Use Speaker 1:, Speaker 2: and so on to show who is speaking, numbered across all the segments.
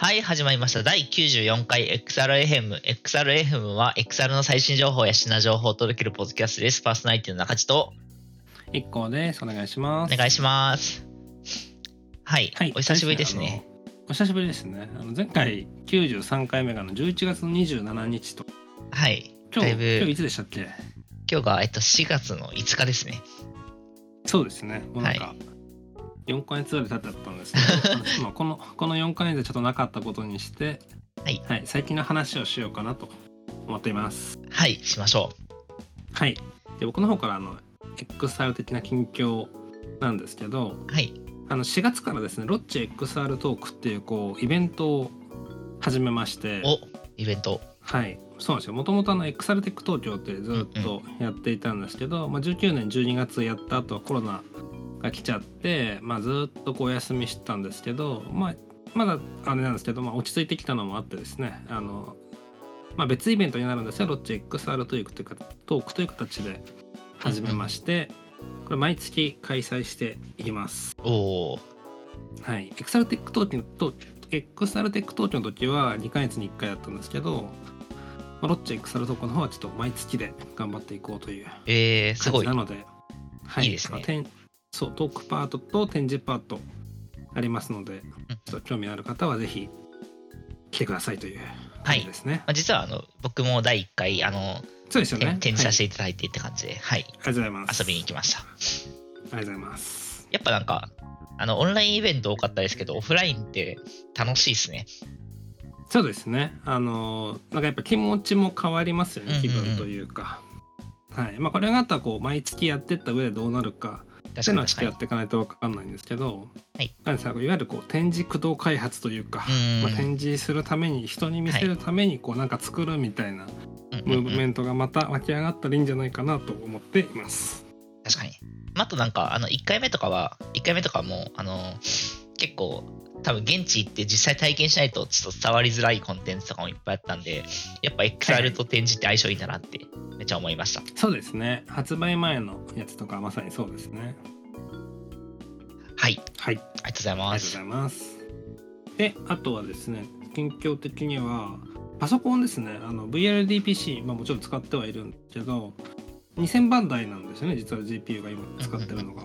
Speaker 1: はい、始まりました。第94回 XRFM。XRFM は XR の最新情報や品情報を届けるポッドキャストです。パーソナリティの中地と
Speaker 2: 一行です。お願いしま
Speaker 1: お
Speaker 2: す。
Speaker 1: 願いします。はい、
Speaker 2: はい、
Speaker 1: お久しぶりですね。
Speaker 2: あの。お久しぶりですね。あの前回93回目があの11月の27日と、
Speaker 1: はい、
Speaker 2: 今
Speaker 1: だ
Speaker 2: 日
Speaker 1: いぶ
Speaker 2: 今日いつでしたっけ
Speaker 1: 今日が、えっと、4月の5日ですね。
Speaker 2: そうですね。もうなんか、4ヶ月ぐらい経っちゃったんですけど、あの まあこのこの4ヶ月でちょっとなかったことにして、
Speaker 1: はい
Speaker 2: 最近の話をしようかなと思っています。
Speaker 1: はい、しましょ
Speaker 2: はい。で僕の方からあの XR 的な近況なんですけど、
Speaker 1: う。はい、
Speaker 2: あの4月からですね、ロッチ XR トークっていうこうイベントを始めまして、
Speaker 1: おイベント。
Speaker 2: はい、そうなんですよ。もともとあのエクサルテック東京ってずっとやっていたんですけど、まあ19年12月やった後はコロナが来ちゃって、まあずっとこうお休みしてたんですけど、まあまだあれなんですけど、まあ落ち着いてきたのもあってですね、あのまあ別イベントになるんですが、ロッチ XR というというかトークという形で始めまして、これ毎月開催していきます。
Speaker 1: おー
Speaker 2: はい、エクサルテック東京とエクサルテック東京の時は2ヶ月に1回だったんですけど、まあロッチエクサルトークの方はちょっと毎月で頑張っていこうという
Speaker 1: えー、す
Speaker 2: 感
Speaker 1: ごい。
Speaker 2: じなので、はい
Speaker 1: いですね
Speaker 2: まあ展そうトークパートと展示パートありますので、ちょっと興味のある方はぜひ来てくださいという感じですね。
Speaker 1: まあ、実はあの僕も第1回あの
Speaker 2: そうですよね
Speaker 1: 展。展示させ
Speaker 2: はい
Speaker 1: ていただいてって感じで、はい、
Speaker 2: ありがとうございます。
Speaker 1: 遊びに行きました。
Speaker 2: ありがとうございます。
Speaker 1: やっぱなんかあのオンラインイベント多かったですけどオフラインって楽しいですね。
Speaker 2: そうですね。あのなんかやっぱ気持ちも変わりますよ
Speaker 1: うんうん
Speaker 2: ね。
Speaker 1: うん
Speaker 2: 気分というか。はい。まあこれがあったらこう毎月やってった上でどうなるかっ
Speaker 1: 確
Speaker 2: て
Speaker 1: か
Speaker 2: いうの
Speaker 1: に
Speaker 2: はち
Speaker 1: 確
Speaker 2: ょ
Speaker 1: か
Speaker 2: っとや
Speaker 1: に
Speaker 2: っ。ていかないとわかんないんですけど。
Speaker 1: はい。
Speaker 2: なんですかいわゆるこう展示駆動開発というか。
Speaker 1: うん
Speaker 2: まあ、展示するために人に見せるためにこうなんか作るみたいなムーブメントがまた湧き上がったらいいんじゃないかなと思っています。
Speaker 1: 確かに。まああとなんかあの1回目とかは1回目とかはもうあの結構多分現地行って実際体験しないとちょっと伝わりづらいコンテンツとかもいっぱいあったんでやっぱ XR と展示って相性いいんだなってめっちゃ思いました。
Speaker 2: そうですね。発売前のやつとかまさにそうですね。
Speaker 1: はい
Speaker 2: は
Speaker 1: あ
Speaker 2: い。
Speaker 1: りがとうござい
Speaker 2: あ
Speaker 1: ま
Speaker 2: りがとうご
Speaker 1: す
Speaker 2: ざ。います。で、あとはですね、近況的には、パソコンですね、あの VLDPC、まあ、もちろん使ってはいるんですけど、2000番台なんですよね、実は GPU が今使ってるのが。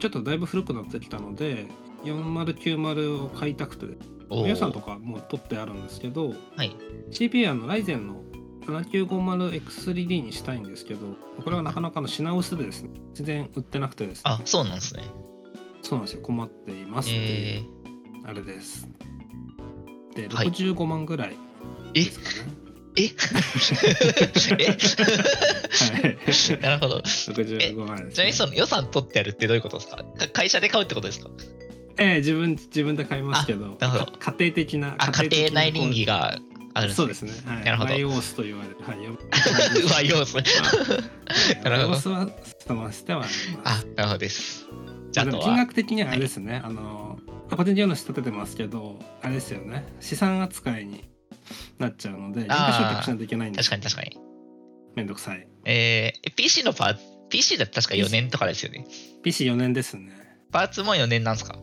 Speaker 2: ちょっとだいぶ古くなってきたので、4090を買いたくて、
Speaker 1: おー
Speaker 2: 予算とかもう取ってあるんですけど、
Speaker 1: はい
Speaker 2: CPU はあのライゼンの 7950X3D にしたいんですけど、これはなかなかの品薄でですね、全然売ってなくてですね、
Speaker 1: あそうなんですね。
Speaker 2: そうなんですよ、困っていますっていう。
Speaker 1: え
Speaker 2: あれです。で、
Speaker 1: はい
Speaker 2: 65万ぐらいですかね。
Speaker 1: ー、え
Speaker 2: はい、
Speaker 1: え なるほど。ち
Speaker 2: 65万です、
Speaker 1: なみに
Speaker 2: ね。
Speaker 1: その予算取ってやるってどういうことですかか会社で買うってことですか
Speaker 2: ええ自分自分で買いますけど、
Speaker 1: あなるほど
Speaker 2: か家庭的な
Speaker 1: あ家庭内倫理
Speaker 2: が
Speaker 1: があるんですね
Speaker 2: そうですね。はい、
Speaker 1: なるほ ど
Speaker 2: iOS と言われる。はい、よ
Speaker 1: うわ要素ね
Speaker 2: はい
Speaker 1: なるほど
Speaker 2: iOS は済ませてはあります。
Speaker 1: あなるほどですじゃ
Speaker 2: あ
Speaker 1: ああ
Speaker 2: で
Speaker 1: と
Speaker 2: も金
Speaker 1: は
Speaker 2: 額的にはあれですね、あの個人事業主立ててますけどあれですよね資産扱いになっちゃうので認可
Speaker 1: あー
Speaker 2: 承諾しないといけないんで
Speaker 1: 確かに確かに
Speaker 2: めんどくさい
Speaker 1: えー、PC のパーツ PC だって確か4年とかですよね
Speaker 2: PC4 年ですね
Speaker 1: パーツも4年なんですか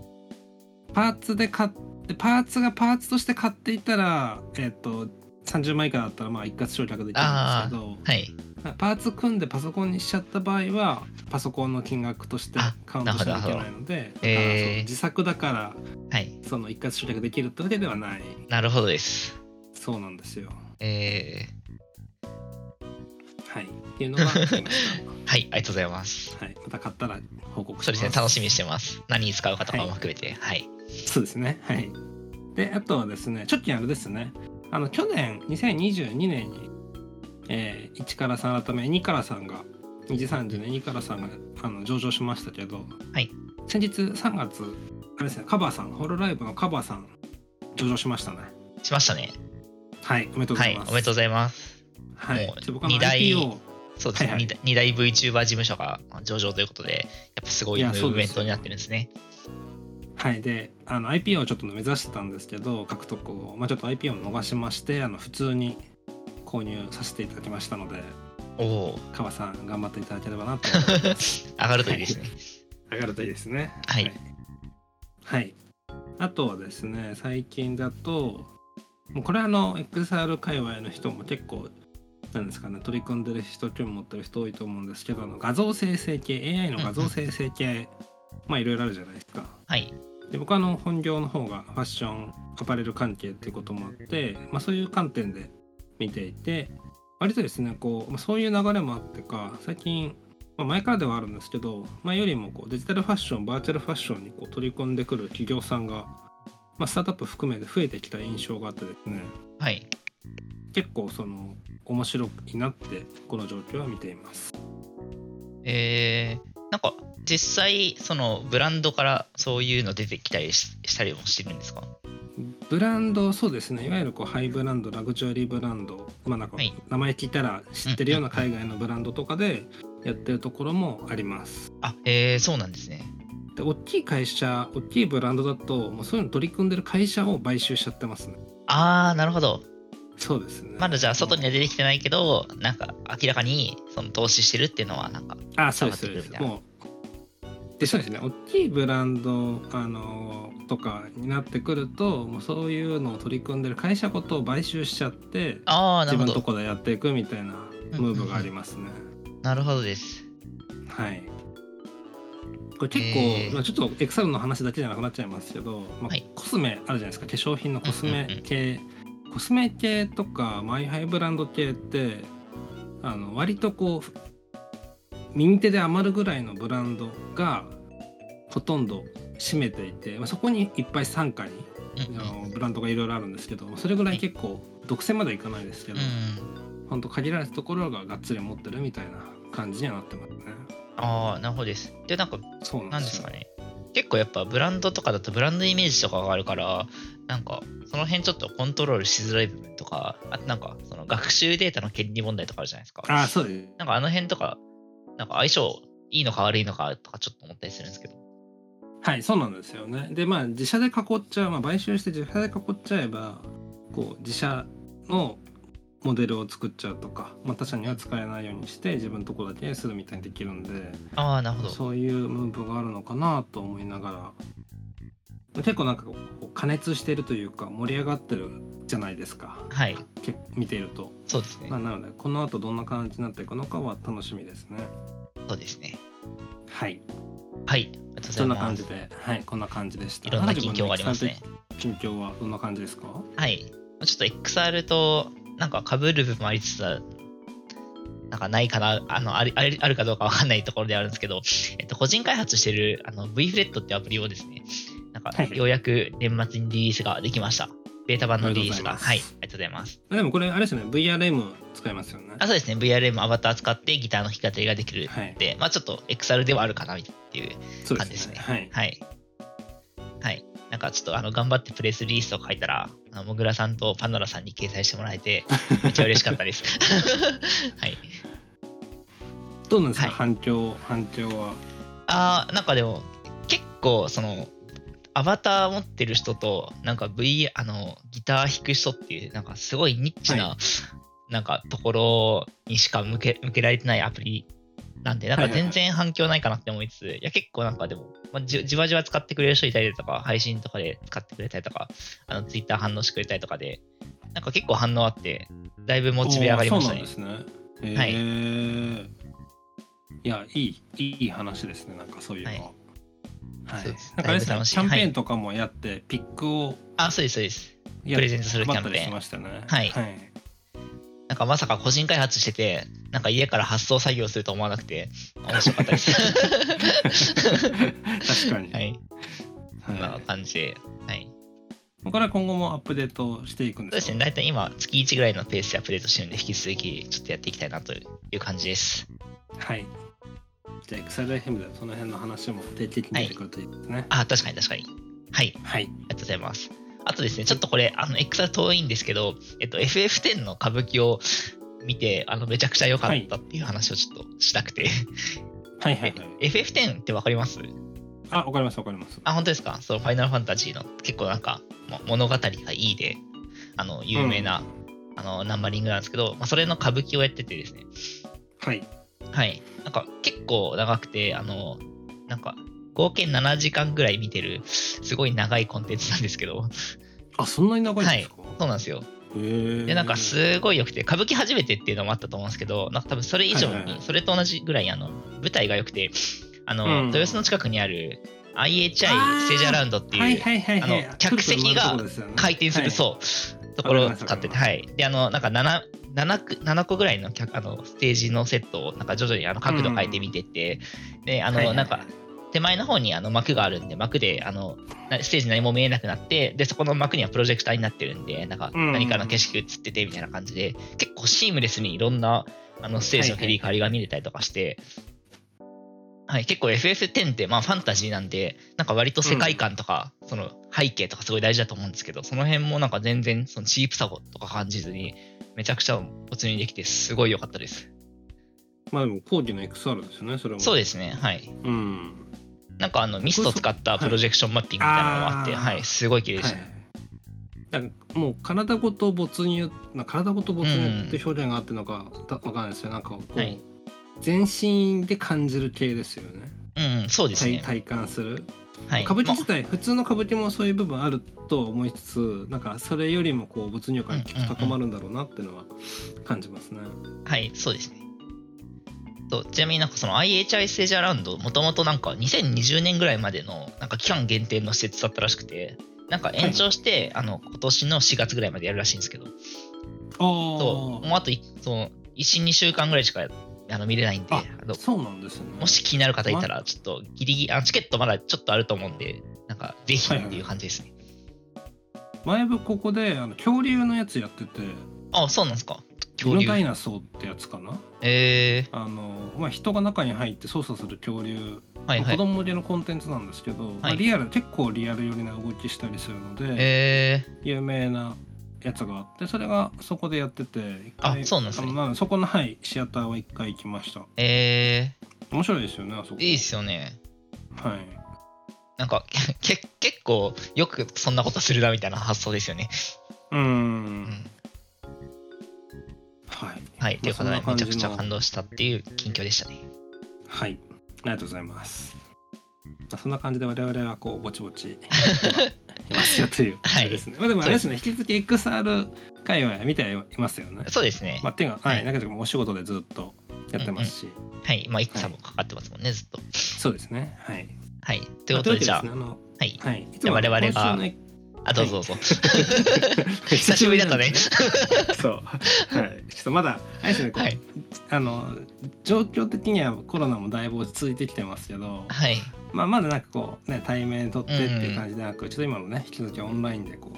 Speaker 2: パーツで買ってパーツがパーツとして買っていたらえっ、と30万以下だったらまあ一括償却できるんで
Speaker 1: はい
Speaker 2: すけどパーツ組んでパソコンにしちゃった場合はパソコンの金額として
Speaker 1: あ
Speaker 2: カウントしなきゃいけないのでだからその
Speaker 1: えー
Speaker 2: 自作だから
Speaker 1: はい
Speaker 2: その一括償却できるってわけではない
Speaker 1: なるほどです
Speaker 2: そうなんですよ
Speaker 1: え
Speaker 2: はいっていうのが ありまし
Speaker 1: ー、はいありがとうございます
Speaker 2: た、はい、また買ったら報告し
Speaker 1: そう
Speaker 2: ます
Speaker 1: ですね楽しみにしてます何に使うかとかも含めてはい、
Speaker 2: そうですね。はい。で、あとはですね、直近あれですね、あの、去年、2022年に、えー、1から3改め、2から3が、2時3時の2から3があの上場しましたけど、
Speaker 1: はい
Speaker 2: 先日3月、あれですね、カバーさん、ホロライブのカバーさん、上場しましたね。
Speaker 1: しましたね
Speaker 2: はい、おめでとう
Speaker 1: は
Speaker 2: ござ
Speaker 1: い
Speaker 2: います。
Speaker 1: おめでとうございます
Speaker 2: はい
Speaker 1: もう
Speaker 2: ちょ僕はあの
Speaker 1: 二大
Speaker 2: IPO
Speaker 1: そうですね、
Speaker 2: はいはい
Speaker 1: 二大二大 VTuber 事務所が上場ということでやっぱすごい
Speaker 2: い
Speaker 1: ム
Speaker 2: やそ
Speaker 1: ー
Speaker 2: う
Speaker 1: ブ
Speaker 2: ですよ
Speaker 1: メントになってるんですね
Speaker 2: はい、であの IPO をちょっと目指してたんですけど獲得を、まあ、ちょっと IPO を逃しましてあの普通に購入させていただきましたので
Speaker 1: おおー
Speaker 2: 川さん頑張っていただければな と思います
Speaker 1: 上がるといいですね
Speaker 2: 上がるといいですね
Speaker 1: はい
Speaker 2: はい、あとはですね最近だともうこれはあの XR 界隈の人も結構なんですかね取り組んでる人興味持ってる人多いと思うんですけどあの画像生成系 AI の画像生成系まあいろいろあるじゃないですか。
Speaker 1: はい。
Speaker 2: で僕はあの本業の方がファッションアパレル関係っていうこともあって、まあ、そういう観点で見ていて割とですねこう、まあ、そういう流れもあってか最近、まあ、前からではあるんですけど前よりもこうデジタルファッションバーチャルファッションにこう取り込んでくる企業さんが、まあ、スタートアップ含めて増えてきた印象があってですね
Speaker 1: はい。
Speaker 2: 結構その面白いなってこの状況は見ています。
Speaker 1: えー、なんか、実際、そのブランドからそういうの出てきたりししたりもしてるんですか
Speaker 2: ブランドそうですねいわゆるこうハイブランドラグジュアリーブランド、まあ、なんか
Speaker 1: はい
Speaker 2: 名前聞いたら知ってるような海外のブランドとかでやってるところもあります
Speaker 1: あ、えー、そうなんですね。
Speaker 2: で大きい会社大きいブランドだともうそういうの取り組んでる会社を買収しちゃってますね
Speaker 1: あー、なるほど。
Speaker 2: そうですね
Speaker 1: まだじゃあ、外には出てきてないけど、なんか、明らかにその投資してるっていうのは、なんか、
Speaker 2: あそうですそうで
Speaker 1: 伝
Speaker 2: す
Speaker 1: わってくるみたいな
Speaker 2: もうでそうですね大きいブランドあのとかになってくるともうそういうのを取り組んでる会社ごと買収しちゃって
Speaker 1: あー、な
Speaker 2: 自
Speaker 1: るほ
Speaker 2: 分のと
Speaker 1: ど。
Speaker 2: こでやっていくみたいなムーブがありますね、
Speaker 1: なるほどです。
Speaker 2: はい。これ結構、
Speaker 1: えー
Speaker 2: まあ、ちょっとエクサルの話だけじゃなくなっちゃいますけど、まあ
Speaker 1: はい
Speaker 2: コスメあるじゃないですか化粧品のコスメ
Speaker 1: うんうんうん
Speaker 2: 系、コスメ系とかマイハイブランド系ってあの割とこう右手で余るぐらいのブランドがほとんど占めていて、まあ、そこにいっぱい傘下に
Speaker 1: うん
Speaker 2: あのブランドがいろいろあるんですけどそれぐらい結構独占まではいかないですけ
Speaker 1: う
Speaker 2: ど、
Speaker 1: ん。
Speaker 2: ほんと限られたところががっつり持ってるみたいな感じにはなってますね。
Speaker 1: あー、なるほどです。で、なんか、
Speaker 2: そうな
Speaker 1: なんんで
Speaker 2: で
Speaker 1: すす
Speaker 2: よ
Speaker 1: かね。結構やっぱブランドとかだとブランドイメージとかがあるから、なんかその辺ちょっとコントロールしづらい部分とか、あとなんかその学習データの権利問題とかあるじゃないですか。
Speaker 2: ああ、そうです。
Speaker 1: なんかあの辺とか、なんか相性いいのか悪いのかとかちょっと思ったりするんですけど。
Speaker 2: はい、そうなんですよね。で、まあ、自社で囲っちゃう、まあ、買収して自社で囲っちゃえば、こう、自社のモデルを作っちゃうとか、まあ、他社には使えないようにして、自分のところだけするみたいにできるんで、
Speaker 1: ああ、なるほど。
Speaker 2: そういうムーブがあるのかなと思いながら、結構なんかこう、加熱してるというか、盛り上がってるじゃないですか。
Speaker 1: はい、
Speaker 2: け見ていると。
Speaker 1: そうですね
Speaker 2: まあ、。なので、この後どんな感じになっていくのかは楽しみですね。
Speaker 1: そうですね。
Speaker 2: はい。
Speaker 1: はい、ありがとうござ
Speaker 2: そ
Speaker 1: い
Speaker 2: んな感
Speaker 1: ま
Speaker 2: じ
Speaker 1: す。
Speaker 2: で、はい、こんな感じでした。
Speaker 1: いろんな近況がありますね。
Speaker 2: 近況はどんな感じですか
Speaker 1: はい。ちょっと XR となんか被る部分もありつつ、なんかないかな、あの、ありありあるかどうかわかんないところではあるんですけど、えっと、個人開発してるあの VFLET ってアプリをですね、なんか
Speaker 2: はいはい
Speaker 1: ようやく年末にリリースができました。ベータ版のリリースが。は
Speaker 2: あ
Speaker 1: い、あり
Speaker 2: り
Speaker 1: がとうございます。
Speaker 2: でもこれあれですよね VRM 使いますよね
Speaker 1: あそうですね、VRM アバター使ってギターの弾き語りができる
Speaker 2: はい
Speaker 1: で、まあちょっと XR ではあるかなっていう
Speaker 2: そう
Speaker 1: 感じですね
Speaker 2: はい
Speaker 1: はい。はい。なんかちょっとあの頑張ってプレスリリースを書いたら、あのもぐらさんとパンドラさんに掲載してもらえて、めっちゃ嬉しかったです。 はい。
Speaker 2: どうなんですか、
Speaker 1: はい
Speaker 2: 反響反響は
Speaker 1: あーなんかでも、結構、その、アバター持ってる人と、なんか V、あの、ギター弾く人っていう、なんかすごいニッチな、
Speaker 2: は
Speaker 1: なんかところにしか向け向けられてないアプリなんで、なんか
Speaker 2: はいはいは
Speaker 1: 全
Speaker 2: い
Speaker 1: 然反響ないかなって思いつつ、いや、結構なんかでも、まあ、じじわじわ使ってくれる人いたりとか、配信とかで使ってくれたりとか、あの、ツイッター反応してくれたりとかで、なんか結構反応あって、だいぶモチベ上がりました
Speaker 2: おー
Speaker 1: ね。
Speaker 2: そうなんですね
Speaker 1: はい
Speaker 2: えーい、やいいいい話ですねなんかそういうの
Speaker 1: は
Speaker 2: は
Speaker 1: い
Speaker 2: はい
Speaker 1: そうです
Speaker 2: なんかあれです
Speaker 1: だいぶ楽
Speaker 2: ね
Speaker 1: しい
Speaker 2: キャンペーンとかもやって、ピックを
Speaker 1: あ、そうです、そうです。
Speaker 2: や
Speaker 1: プレゼントするキャンペーン
Speaker 2: 配ったりしましたね
Speaker 1: はい
Speaker 2: はい、
Speaker 1: なんかまさか個人開発してて、なんか家から発送作業すると思わなくて、面白かった です。
Speaker 2: 確か に、
Speaker 1: はい、こん
Speaker 2: は
Speaker 1: ない感じで。はい、
Speaker 2: ここから今後もアップデートしていくん
Speaker 1: そう
Speaker 2: で
Speaker 1: ですす
Speaker 2: か
Speaker 1: ね、大体今、月1ぐらいのペースでアップデートしてるんで、引き続きちょっとやっていきたいなという感じです。
Speaker 2: はい。じゃあ、エクサル FM ではその辺の話も定期的に出てくるといいですね。
Speaker 1: あ、確かに確かに。はい、
Speaker 2: はい。
Speaker 1: ありがとうございます。あとですね、ちょっとこれ、あの、X は遠いんですけど、えっと、FF10 の歌舞伎を見て、あの、めちゃくちゃ良かったっていう話をちょっとしたくて。
Speaker 2: はいはいはい。
Speaker 1: FF10 ってわかります
Speaker 2: あ、わかりますわかります。
Speaker 1: あ、本当ですかそのファイナルファンタジーの結構なんかも物語がいいで、あの、有名な、あの、ナンバリングなんですけど、まあ、それの歌舞伎をやっててですね、
Speaker 2: はい。
Speaker 1: はい。なんか結構長くて、あの、なんか合計7時間ぐらい見てる、すごい長いコンテンツなんですけど、
Speaker 2: あそんなに長いんですか、
Speaker 1: そうなんですよ。
Speaker 2: へー
Speaker 1: で、なんかすごい良くて、歌舞伎初めてっていうのもあったと思うんですけど、なんか多分それ以上
Speaker 2: はいはいは
Speaker 1: に、それと同じぐらい、あの、舞台が良くて、あの、
Speaker 2: うん
Speaker 1: 豊洲の近くにある IHI ステ
Speaker 2: あー
Speaker 1: ージアラウンドって
Speaker 2: はいいうはいはいはい
Speaker 1: あの客席が回転する、
Speaker 2: う
Speaker 1: そうところを使ってて、
Speaker 2: わ
Speaker 1: はい。で、あの、なんか 7, 7, く7個ぐらいの客あのステージのセットを、なんか徐々にあの角度変えて見てって、で、あ
Speaker 2: あ
Speaker 1: の、なんか、手前の方にあの幕があるんで、幕であのなステージ何も見えなくなって、で、そこの幕にはプロジェクターになってるんで、なんか
Speaker 2: うん
Speaker 1: 何かの景色映っててみたいな感じで、結構シームレスにいろんなあのステージの切り替わりが見れたりとかして、はい、結構 FF10 ってまあファンタジーなんで、なんか割と世界観とか、その背景とかすごい大事だと思うんですけど、その辺もなんか全然そのチープさとか感じずに、めちゃくちゃ没入できて、すごい良かったです。
Speaker 2: まあでも後期の XR ですよねそれも
Speaker 1: そう
Speaker 2: う
Speaker 1: ですね、はい。
Speaker 2: うん
Speaker 1: なんかあのミスト使ったプロジェクションマッピングみたいなのがあって、
Speaker 2: はい
Speaker 1: はい、すごい綺麗で
Speaker 2: は
Speaker 1: し
Speaker 2: い
Speaker 1: た。
Speaker 2: なんかもう体ごと没入な体ごと没入って表現があってるのかたわかんないですよなんかこう、
Speaker 1: はい
Speaker 2: 全身で感じる系ですよね
Speaker 1: うん、そうです
Speaker 2: 体
Speaker 1: ね。
Speaker 2: 体感する、
Speaker 1: はい。
Speaker 2: 歌舞伎
Speaker 1: ま
Speaker 2: 自体普通の歌舞伎もそういう部分あると思いつつなんかそれよりもこう没入感がきっと高まるんだろうなっていうのは感じますね、
Speaker 1: あはい、そうですね。とちなみになんかその IHI ステージアラウンド、もともとなんか2020年ぐらいまでのなんか期間限定の施設だったらしくて、なんか延長して、あの今年の4月ぐらいまでやるらしいんですけど、
Speaker 2: あ
Speaker 1: そうもうあといその1、2週間ぐらいしかあの見れないんで、
Speaker 2: あ
Speaker 1: あの
Speaker 2: そうなんですね
Speaker 1: もし気になる方いたら、ちょっとギリギリ、あチケットまだちょっとあると思うんで、なんかぜひっていう感じですね。
Speaker 2: 前部ここであの恐竜のやつやってて
Speaker 1: あ、そうなんですか。
Speaker 2: ビ
Speaker 1: 恐
Speaker 2: ノ
Speaker 1: 竜
Speaker 2: ダ。イナソーってやつかな
Speaker 1: え
Speaker 2: あの、まあ、人が中に入って操作する恐竜、
Speaker 1: ー、はいは
Speaker 2: 子
Speaker 1: い。
Speaker 2: 供向けのコンテンツなんですけど、まあ、リアル結構リアル寄りな動きしたりするので、
Speaker 1: え
Speaker 2: 有名なやつがあってそれがそこでやってて一回
Speaker 1: あそうなんですね
Speaker 2: あのまあそこのはいシアターは一回行きました
Speaker 1: ー、え
Speaker 2: 面白いですよねあそこ
Speaker 1: ー、いいっすよね。
Speaker 2: はい
Speaker 1: なんか、 けけ結構、よくそんなことするなみたいな発想ですよね。
Speaker 2: うーん
Speaker 1: うん、
Speaker 2: はい
Speaker 1: はい。ということで、
Speaker 2: まあそんな感
Speaker 1: めち
Speaker 2: じ
Speaker 1: ゃ
Speaker 2: の
Speaker 1: くちゃ感動したっていう近況でしたね。
Speaker 2: はいありがとうございますまあそんな感じで我々はこうぼちぼ ちいますよという
Speaker 1: はい
Speaker 2: あれですね、まあでもあれですね引き続き XR 界隈見てはいますよね
Speaker 1: そうですね。
Speaker 2: まあ、ていうか、はい、
Speaker 1: はい
Speaker 2: 中田君もお仕事でずっとやってますし、
Speaker 1: はい。まあ、いくつもかかってますもんね、ずっと。
Speaker 2: そうですね。はい。
Speaker 1: はい。ということで、じゃあ、
Speaker 2: まあ
Speaker 1: はい。
Speaker 2: というわけですねあ
Speaker 1: じゃあ我々が
Speaker 2: のはい。い今週の
Speaker 1: あ、どうぞどうぞ。
Speaker 2: 久
Speaker 1: 久しぶりだったね。
Speaker 2: そう。はい。ちょっとまだ、あれですね、こう
Speaker 1: はい
Speaker 2: あの、状況的にはコロナもだいぶ落ち着いてきてますけど、
Speaker 1: はい。
Speaker 2: まあ、まだなんかこう、ね、対面取ってっていう感じでなく、ちょっと今のね、引き続きオンラインでこう、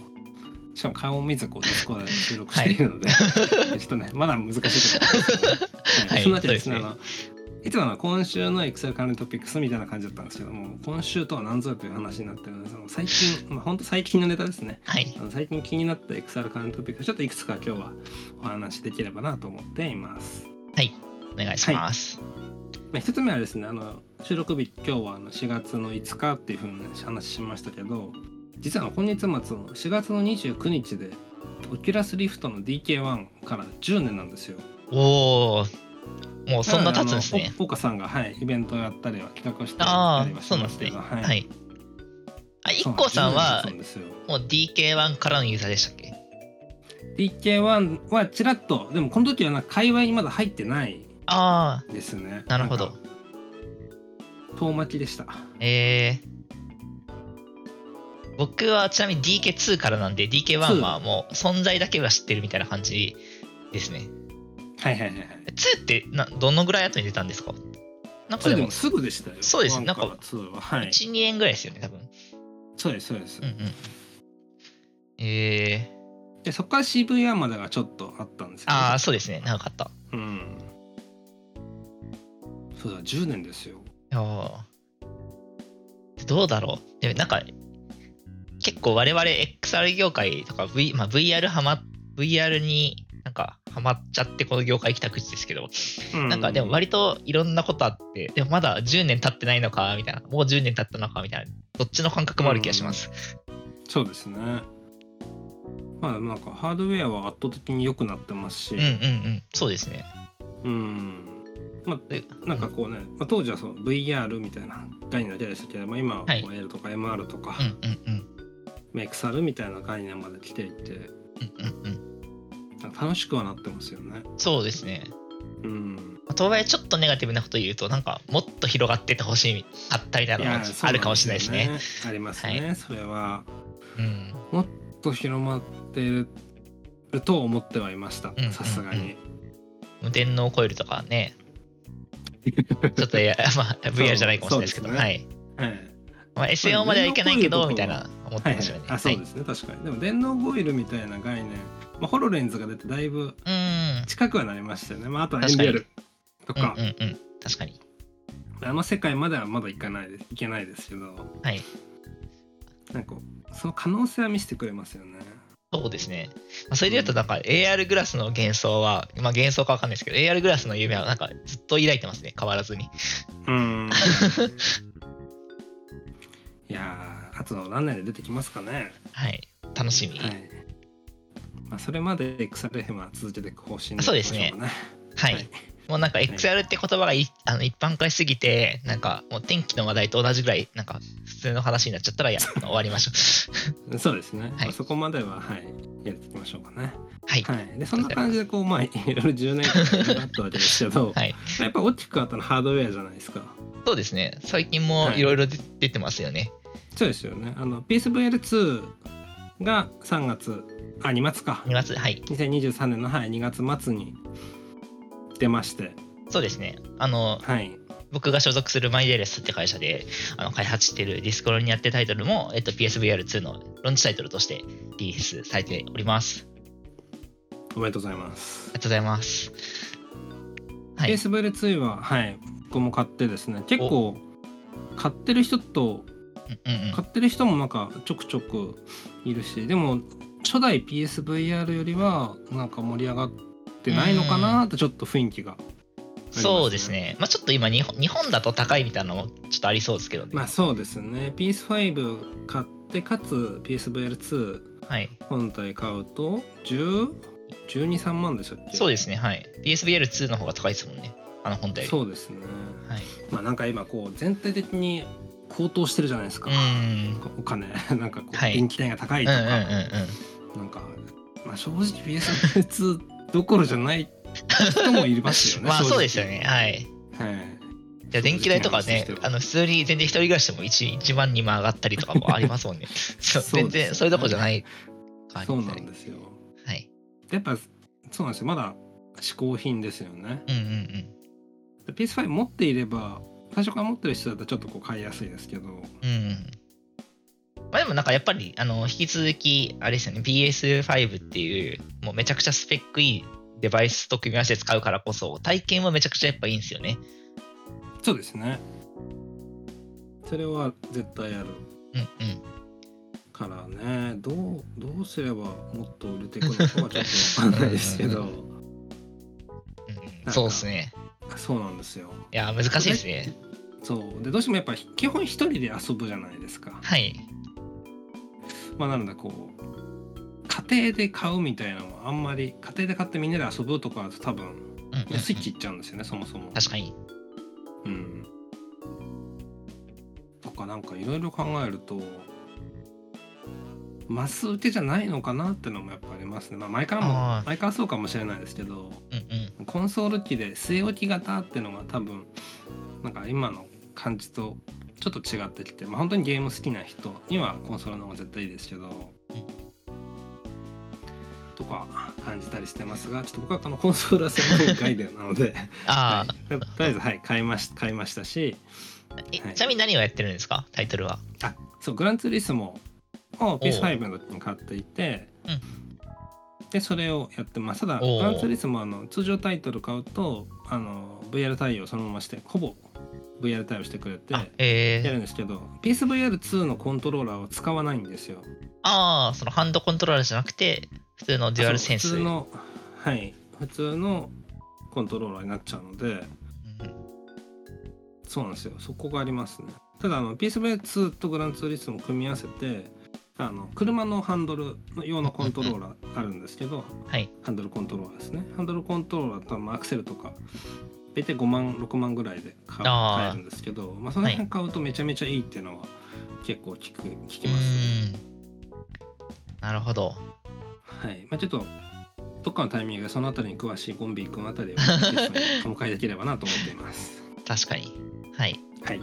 Speaker 2: しかも顔を見ずこう、ディスコードで収録しているので、 ちょっとね、まだ難しいところですね。
Speaker 1: はい
Speaker 2: そんなわけでですね、
Speaker 1: そうで
Speaker 2: あのいつもの今週のエクセル関連トピックスみたいな感じだったんですけども、今週とは何ぞやという話になってるので、その最近、まあ、本当最近のネタですね。
Speaker 1: はい。
Speaker 2: あの最近気になった XR 関連トピックちょっといくつか今日はお話しできればなと思っています。
Speaker 1: お願いします。
Speaker 2: まあ、一つ目はですねあの収録日今日はあの4月の5日っていうふうに話しましたけど実はあの今月末の4月の29日でオキュラスリフトの DK1 から10年なんですよ。
Speaker 1: おー。もうそんな経つんです
Speaker 2: なの
Speaker 1: ね
Speaker 2: あ。のお岡さんが、はい、イベントをやったりは企画したり
Speaker 1: あ
Speaker 2: やり
Speaker 1: あ、
Speaker 2: はし
Speaker 1: そうなん
Speaker 2: ま
Speaker 1: です
Speaker 2: すけ
Speaker 1: ね。
Speaker 2: ど
Speaker 1: は。
Speaker 2: はいい。
Speaker 1: あ、
Speaker 2: そう
Speaker 1: IKKO さんは
Speaker 2: 10年経つ、んですよ
Speaker 1: もう DK1 からのユーザーでしたっけ
Speaker 2: DK1 はちらっとでもこの時はなんか界隈にまだ入ってない
Speaker 1: あ
Speaker 2: ですね
Speaker 1: あ、なるほど
Speaker 2: んか。遠巻きでした
Speaker 1: えー、僕はちなみに DK2 からなんで DK1 はもう存在だけは知ってるみたいな感じですね。
Speaker 2: はいはいはいはい
Speaker 1: 2ってなどのぐらい後に出たんですかなんか
Speaker 2: そう
Speaker 1: で
Speaker 2: で
Speaker 1: も
Speaker 2: もすぐでしたよ
Speaker 1: そうです
Speaker 2: ワン
Speaker 1: なんから
Speaker 2: ツーははい
Speaker 1: 1、2円ぐらいですよね、多分。
Speaker 2: そうですそうです、
Speaker 1: うんうん。えー、
Speaker 2: でそこから CVR までがちょっとあったんですけど
Speaker 1: ああ、そうですね、長かった。い
Speaker 2: うんそうだ10年ですよ
Speaker 1: やーどうだろう。でもなんか、結構我々 XR 業界とか、v まあ、VR はま、VR になんかハマっちゃってこの業界来た口ですけど、なんかでも割といろんなことあって、でもまだ10年経ってないのか、みたいな、もう10年経ったのか、みたいな、どっちの感覚もある気がします。
Speaker 2: そうですねまあなんかハードウェアは圧倒的に良くなってますし
Speaker 1: うんうんうん、そうですね。
Speaker 2: うんま
Speaker 1: で
Speaker 2: あ、なんかこうね、まあ、当時はそう VR みたいな概念だけでしたけど、まあ、今はこう
Speaker 1: はい
Speaker 2: AR とか MR とか、
Speaker 1: うんうんうん
Speaker 2: まあ XR みたいな概念まで来てい
Speaker 1: う
Speaker 2: て
Speaker 1: んうん
Speaker 2: なんか楽しくはなってますよね。
Speaker 1: うんそうですね
Speaker 2: うん、
Speaker 1: とはいえちょっとネガティブなこと言うとなんかもっと広がってってほしいあったりなの
Speaker 2: いや
Speaker 1: も
Speaker 2: そう
Speaker 1: あ
Speaker 2: ん
Speaker 1: るかもしれないですね。
Speaker 2: ですよありますね、それは。
Speaker 1: うん
Speaker 2: もっと広まってると思ってはいました
Speaker 1: んうんうん
Speaker 2: さすがに。
Speaker 1: 無電脳コイルとかねちょっといや、まあ、VR じゃないかもしれないですけど
Speaker 2: そうですね
Speaker 1: はい、
Speaker 2: はい
Speaker 1: まあ、SEO まではいけないけ
Speaker 2: まあ
Speaker 1: ど
Speaker 2: 無
Speaker 1: みた
Speaker 2: 電
Speaker 1: い
Speaker 2: 脳コイル
Speaker 1: な思っ
Speaker 2: は
Speaker 1: て
Speaker 2: い
Speaker 1: ましたよね。
Speaker 2: あそうですね、確かにでも電脳ゴイルみたいな概念、まあ、ホロレンズが出てだいぶ
Speaker 1: はい
Speaker 2: 近くはなりましたよね、まあ、あとは
Speaker 1: 確かに
Speaker 2: NDR とか
Speaker 1: うんうんうんうん確かに
Speaker 2: あの世界まではまだいかないですいけないですけど
Speaker 1: はい
Speaker 2: なんかその可能性は見せてくれますよね
Speaker 1: そうですね。まあ、それで言うと、なんか AR グラスの幻想は、まあ幻想かわかんないですけど、AR グラスの夢はなんかずっと抱いてますね、変わらずに。
Speaker 2: うん いやーあと何年で出てきますかね
Speaker 1: はい。楽しみ。
Speaker 2: は
Speaker 1: はい。
Speaker 2: い、まあ、それまで XRF は続けていく方針で
Speaker 1: そうですね
Speaker 2: いきましょはい
Speaker 1: もうなんか XR って言葉がいあの一般化しすぎて、なんかもう天気の話題と同じぐらい、なんか普通の話になっちゃったら、いや、あの終わりましょ
Speaker 2: うかねそうですね、
Speaker 1: はい
Speaker 2: まあそこまでははいやっていきましょうかね
Speaker 1: う。 はい。
Speaker 2: はい、でそんな感じでこうまあいろいろ10年間あったわけですけど、
Speaker 1: はい。
Speaker 2: やっぱ大きくあったのはハードウェアじゃないですか
Speaker 1: そうですね。最近もいろいろ出出てますよね。
Speaker 2: そうですよねあの PSVR2 が3月あ2月か
Speaker 1: 2月、はい。
Speaker 2: 2023年の、はい、2月末に出まして
Speaker 1: そうですね。あの、
Speaker 2: はい
Speaker 1: 僕が所属するマイデレスって会社であの開発してるディスクロにやってタイトルも、えっと、PSVR2 のロンチタイトルとしてリリースされております。
Speaker 2: おめでとうございます
Speaker 1: ありがとうございます。はい。
Speaker 2: PSVR2 ははい僕も買ってですね結構買ってる人と
Speaker 1: うんうんうん
Speaker 2: 買ってる人もなんかちょくちょくいるしでも初代 PSVR よりはなんか盛り上がってないのかなってちょっと雰囲気がありますね
Speaker 1: そうですね。まあちょっと今日本、日本だと高いみたいなのもちょっとありそうですけどね。
Speaker 2: まあそうですね PS5 買ってかつ PSVR2
Speaker 1: はい。
Speaker 2: 本体買うと101213万でしたっけ
Speaker 1: そう
Speaker 2: で
Speaker 1: ですね。はい。PSVR2 の方が高いですもんね。あの本体よ
Speaker 2: そうですね
Speaker 1: り。はい。
Speaker 2: まあなんか今こう全体的に高騰してるじゃないです
Speaker 1: う
Speaker 2: か、
Speaker 1: ーん。
Speaker 2: お金 なんかこう
Speaker 1: はい
Speaker 2: 電気代が高
Speaker 1: う
Speaker 2: い
Speaker 1: ん
Speaker 2: と
Speaker 1: う
Speaker 2: か、
Speaker 1: んうんうん。
Speaker 2: なんか、まあ、正直 PS2 どころじゃない人もいますよ ね。
Speaker 1: まあ
Speaker 2: 正直
Speaker 1: そうですよね。。はい。
Speaker 2: はい。
Speaker 1: いや電気代とかね
Speaker 2: 正直な話として、は
Speaker 1: あの普通に全然一人暮らしでも 1, 1万、2万上がったりとかもありますもん ね。そう全
Speaker 2: そうですよね
Speaker 1: 然それどころじゃない感じ
Speaker 2: そうなんですよ。
Speaker 1: はい。
Speaker 2: やっぱそうなんですよ。まだ嗜好品ですよね。
Speaker 1: うんうん
Speaker 2: PS5 持っていれば最初から持ってる人だったらちょっとこう買いやすいですけど。
Speaker 1: うん。うんうん。まあでもなんかやっぱり、あの、引き続き、あれですよね、PS5 っていう、もうめちゃくちゃスペックいいデバイスと組み合わせて使うからこそ、体験はめちゃくちゃやっぱいいんですよね。
Speaker 2: そうですね。それは絶対あ
Speaker 1: うんう
Speaker 2: る
Speaker 1: ん。
Speaker 2: からね。どうどうすればもっと売れていくのかはちょっとわかんないですけ
Speaker 1: うんう
Speaker 2: ど。
Speaker 1: うんう
Speaker 2: か
Speaker 1: ん、そうですね。
Speaker 2: そうなんですよ。
Speaker 1: いや、難しいですね。
Speaker 2: そうでどうしてもやっぱ基本一人で遊ぶじゃないですか。
Speaker 1: はい。
Speaker 2: まあなのでこう家庭で買うみたいなのはあんまり家庭で買ってみんなで遊ぶとかだと多分
Speaker 1: うんうんうん
Speaker 2: スイッチいっちゃうんですよねそもそも。
Speaker 1: 確かに。
Speaker 2: うん。とかなんかいろいろ考えるとマス受けじゃないのかなってのもやっぱありますね。まあ前から
Speaker 1: あ
Speaker 2: も
Speaker 1: ー
Speaker 2: 前からそうかもしれないですけど
Speaker 1: うんうん。
Speaker 2: コンソール機で据え置き型ってのが多分なんか今の感じとちょっと違ってきて、まあ、本当にゲーム好きな人にはコンソールの方が絶対いいですけど、とか感じたりしてますがちょっと僕はこのコンソールは専門外でなので
Speaker 1: あ
Speaker 2: はい とりあえずはい買いまし買いましたし
Speaker 1: あ、え
Speaker 2: はい
Speaker 1: ちなみに何をやってるんですか、タイトルは。
Speaker 2: あそうグランツーリスモを PS5 の時に買っていて、
Speaker 1: うん
Speaker 2: でそれをやってますただ
Speaker 1: おう
Speaker 2: グランツーリスモはあの通常タイトル買うとあの VR 対応そのまましてほぼ VR 対応してくれて
Speaker 1: あ、えー
Speaker 2: やるんですけど PSVR2 のコントローラーは使わないんですよ
Speaker 1: ああ、そのハンドコントローラーじゃなくて、普通のデュアルセンス。
Speaker 2: そう普通のはい普通のコントローラーになっちゃうので
Speaker 1: うん
Speaker 2: そうなんですよそこがありますねただあの PSV2 とグランツーリスモを組み合わせてあの車のハンドルの用のコントローラーあるんですけど
Speaker 1: はい。
Speaker 2: ハンドルコントローラーですねハンドルコントローラーとまあアクセルとか大体5万6万ぐらいで買う
Speaker 1: あー
Speaker 2: 買えるんですけどまあ、その辺買うとめちゃめちゃいいっていうのは結構聞く聞きます、
Speaker 1: うんなるほど。
Speaker 2: はいまあ、ちょっとどっかのタイミングでそのあたりに詳しいゴンビー君あたりをゲスト にお迎えできればなと思っています。
Speaker 1: 確かに。はい。
Speaker 2: はい、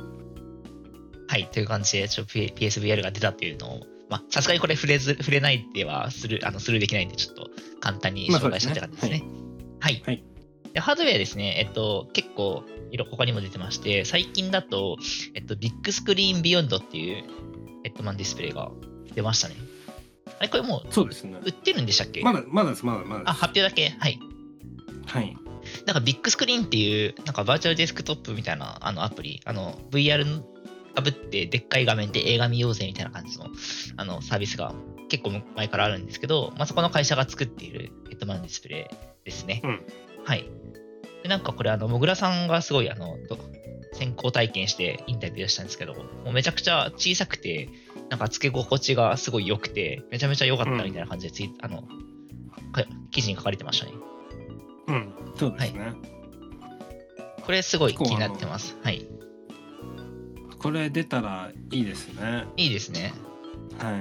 Speaker 1: はい。という感じで、ちょっと P- PSVR が出たっていうのを、まあ、さすがにこれ触れず、触れないではする、あの、スルーできないんで、ちょっと簡単に
Speaker 2: まあ
Speaker 1: 紹介したって
Speaker 2: そう
Speaker 1: 感
Speaker 2: で
Speaker 1: じですす
Speaker 2: ね
Speaker 1: ね。はい。
Speaker 2: はい
Speaker 1: で、ハードウェアですね、えっと、結構、色他にも出てまして、最近だと、えっと、ビッグスクリーンビヨンドっていうヘッドマンディスプレイが出ましたね。あれ、これも
Speaker 2: そうですね
Speaker 1: う売ってるんでしたっけ
Speaker 2: まだまだですまだまだ
Speaker 1: あ、
Speaker 2: です。
Speaker 1: 発表だけはい。
Speaker 2: はい
Speaker 1: なんかビッグスクリーンっていう、なんかバーチャルデスクトップみたいなあのアプリ、あの VR かぶってでっかい画面で映画見ようぜみたいな感じのあのサービスが結構前からあるんですけど、まあ、そこの会社が作っているヘッドマウントディスプレイですね。
Speaker 2: うん
Speaker 1: はい。でなんかこれ、あの、もぐらさんがすごい、あの、ど先行体験してインタビューしたんですけど、もうめちゃくちゃ小さくて、なんか付け心地がすごい良くて、めちゃめちゃ良かったみたいな感じでツイ、あの、か記事に書かれてましたね。
Speaker 2: うん、そうですね、
Speaker 1: これすごい気になってます。はい。
Speaker 2: これ出たらいいですね。
Speaker 1: いいですね。
Speaker 2: は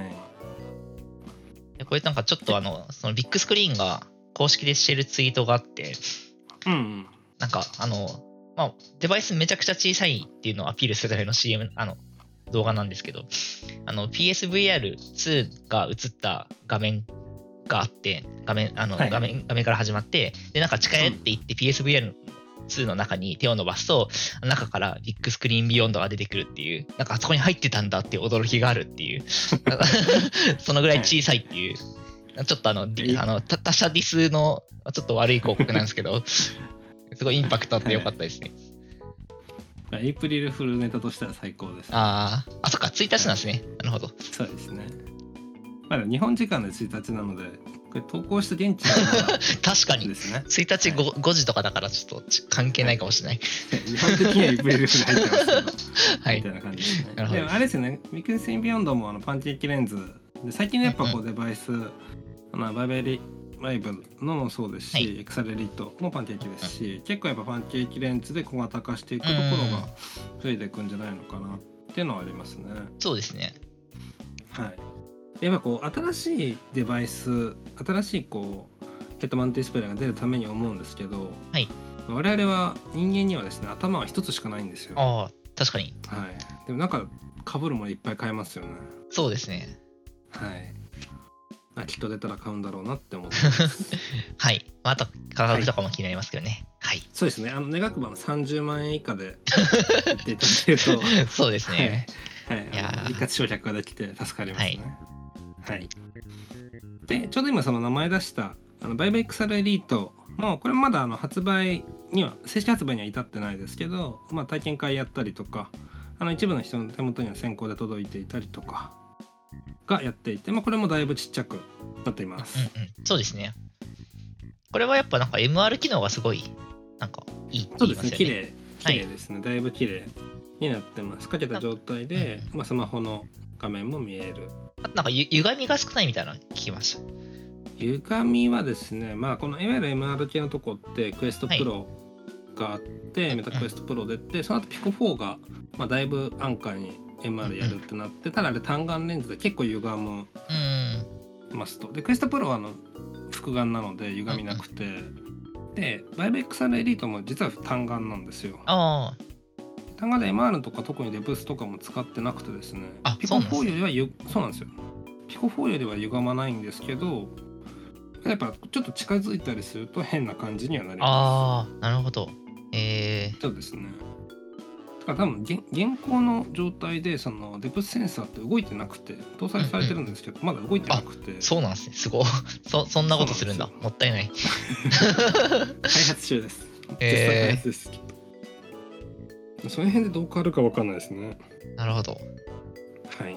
Speaker 2: い
Speaker 1: でこれなんかちょっとあの、そのビッグスクリーンが公式でしてるツイートがあって、
Speaker 2: うんうん、
Speaker 1: なんかあの、まあ、デバイスめちゃくちゃ小さいっていうのをアピールするための CM、あの、動画なんですけど、あの、PSVR2 が映った画面があって、画面、あの、
Speaker 2: はい
Speaker 1: 画面、画面から始まって、で、なんか近寄っていって PSVR2 の中に手を伸ばすと、中からビッグスクリーンビヨンドが出てくるっていう、なんかあそこに入ってたんだっていう驚きがあるっていう、なんか そのぐらい小さいっていう、ちょっとあの、ディあのた他社ディスのちょっと悪い広告なんですけど、すごいインパクトあってよかったですね。
Speaker 2: エイプリルフルネタとしたら最高です。
Speaker 1: あーあ、そっか、1日なんですね。なるほど。
Speaker 2: そうですね。まだ日本時間で1日なので、これ投稿した現地のま
Speaker 1: 確か
Speaker 2: だ
Speaker 1: に。
Speaker 2: で。すね
Speaker 1: 1日 5, 5時とかだからちょっとち関係ないかもしれない。
Speaker 2: 日本的にはエイプリルフル入ってますけど。
Speaker 1: は
Speaker 2: み
Speaker 1: い
Speaker 2: た。いな感じですね。
Speaker 1: なるほど
Speaker 2: でもあれですよね、ミクルスインビヨンドもあのパンチ液レンズで、最近ねやっぱこうデバイス、あのバイバイリライブのもそうですし、
Speaker 1: はい
Speaker 2: エクサレリットもパンチ液ですし、結構やっぱパンチ液レンズで小型化していくところが増えていくんじゃないのかなっていうのはありますね。
Speaker 1: そうですね。
Speaker 2: はい、やっぱこう新しいデバイス新しいこうヘッドマウントディスプレイが出るために思うんですけど、
Speaker 1: はい
Speaker 2: 我々は人間にはですね頭は一つしかないんですよ、は
Speaker 1: ああ、確かに。
Speaker 2: い、でもなんか被るものいっぱい買えますよね
Speaker 1: そうですね。
Speaker 2: はいあきっと出たら買うんだろうなって思ってます
Speaker 1: はい。まあ、あと価格とかも気になりますけどね。はい。
Speaker 2: そうですねあの願くばの30万円以下 で売っていただけると、はい、
Speaker 1: そうですね。いや
Speaker 2: あ
Speaker 1: ー
Speaker 2: の一括償却ができて助かりますねはい、でちょうど今その名前出したあのバイバイクサルエリートもこれまだあの発売には正式発売には至ってないですけど、まあ、体験会やったりとかあの一部の人の手元には先行で届いていたりとかがやっていて、まあ、これもだいぶちっちゃくなっています、
Speaker 1: うんうん。そうですね。これはやっぱなんか MR 機能がすごい、なんかいいって
Speaker 2: そ
Speaker 1: 言
Speaker 2: う
Speaker 1: い
Speaker 2: で
Speaker 1: ますすよ
Speaker 2: ね
Speaker 1: ね。
Speaker 2: 綺麗綺
Speaker 1: はい
Speaker 2: 麗ですね、だいぶ綺麗になってますかけた状態で、まあ、スマホの画面も見える
Speaker 1: あとなんかゆ歪みが少ないみたいなの聞きました。
Speaker 2: 歪みはですね、まあ、このいわゆる MR 系のとこってクエストプロがあって、メタクエストプロ出てその後ピコ4が、まあ、だいぶ安価に MR やるってなってただあれ単眼レンズで結構歪む
Speaker 1: うん。
Speaker 2: ますとでクエストプロはあの複眼なので歪みなくて、でバイブ XR エリートも実は単眼なんですよ
Speaker 1: ああ、
Speaker 2: 単眼で MR とか特にデブスとかも使ってなくてですね
Speaker 1: あ
Speaker 2: ピ
Speaker 1: そ
Speaker 2: コ
Speaker 1: う
Speaker 2: 4
Speaker 1: な
Speaker 2: よりはゆそうなんですよピコ4よりは歪まないんですけどやっぱちょっと近づいたりすると変な感じにはなりま
Speaker 1: ああ、なるほど。え
Speaker 2: すそうですねだから多分現現行の状態でそのデブスセンサーって動いてなくて搭載されてるんですけど、まだ動いてなくて
Speaker 1: ー、そうなんですね。すごい。 そ、そんなことするんだ。
Speaker 2: そうなん
Speaker 1: もったい ない。
Speaker 2: 開発中です実際開
Speaker 1: え
Speaker 2: 発です、その辺でどう変わるかわかんないですね
Speaker 1: ー、なるほど。
Speaker 2: はい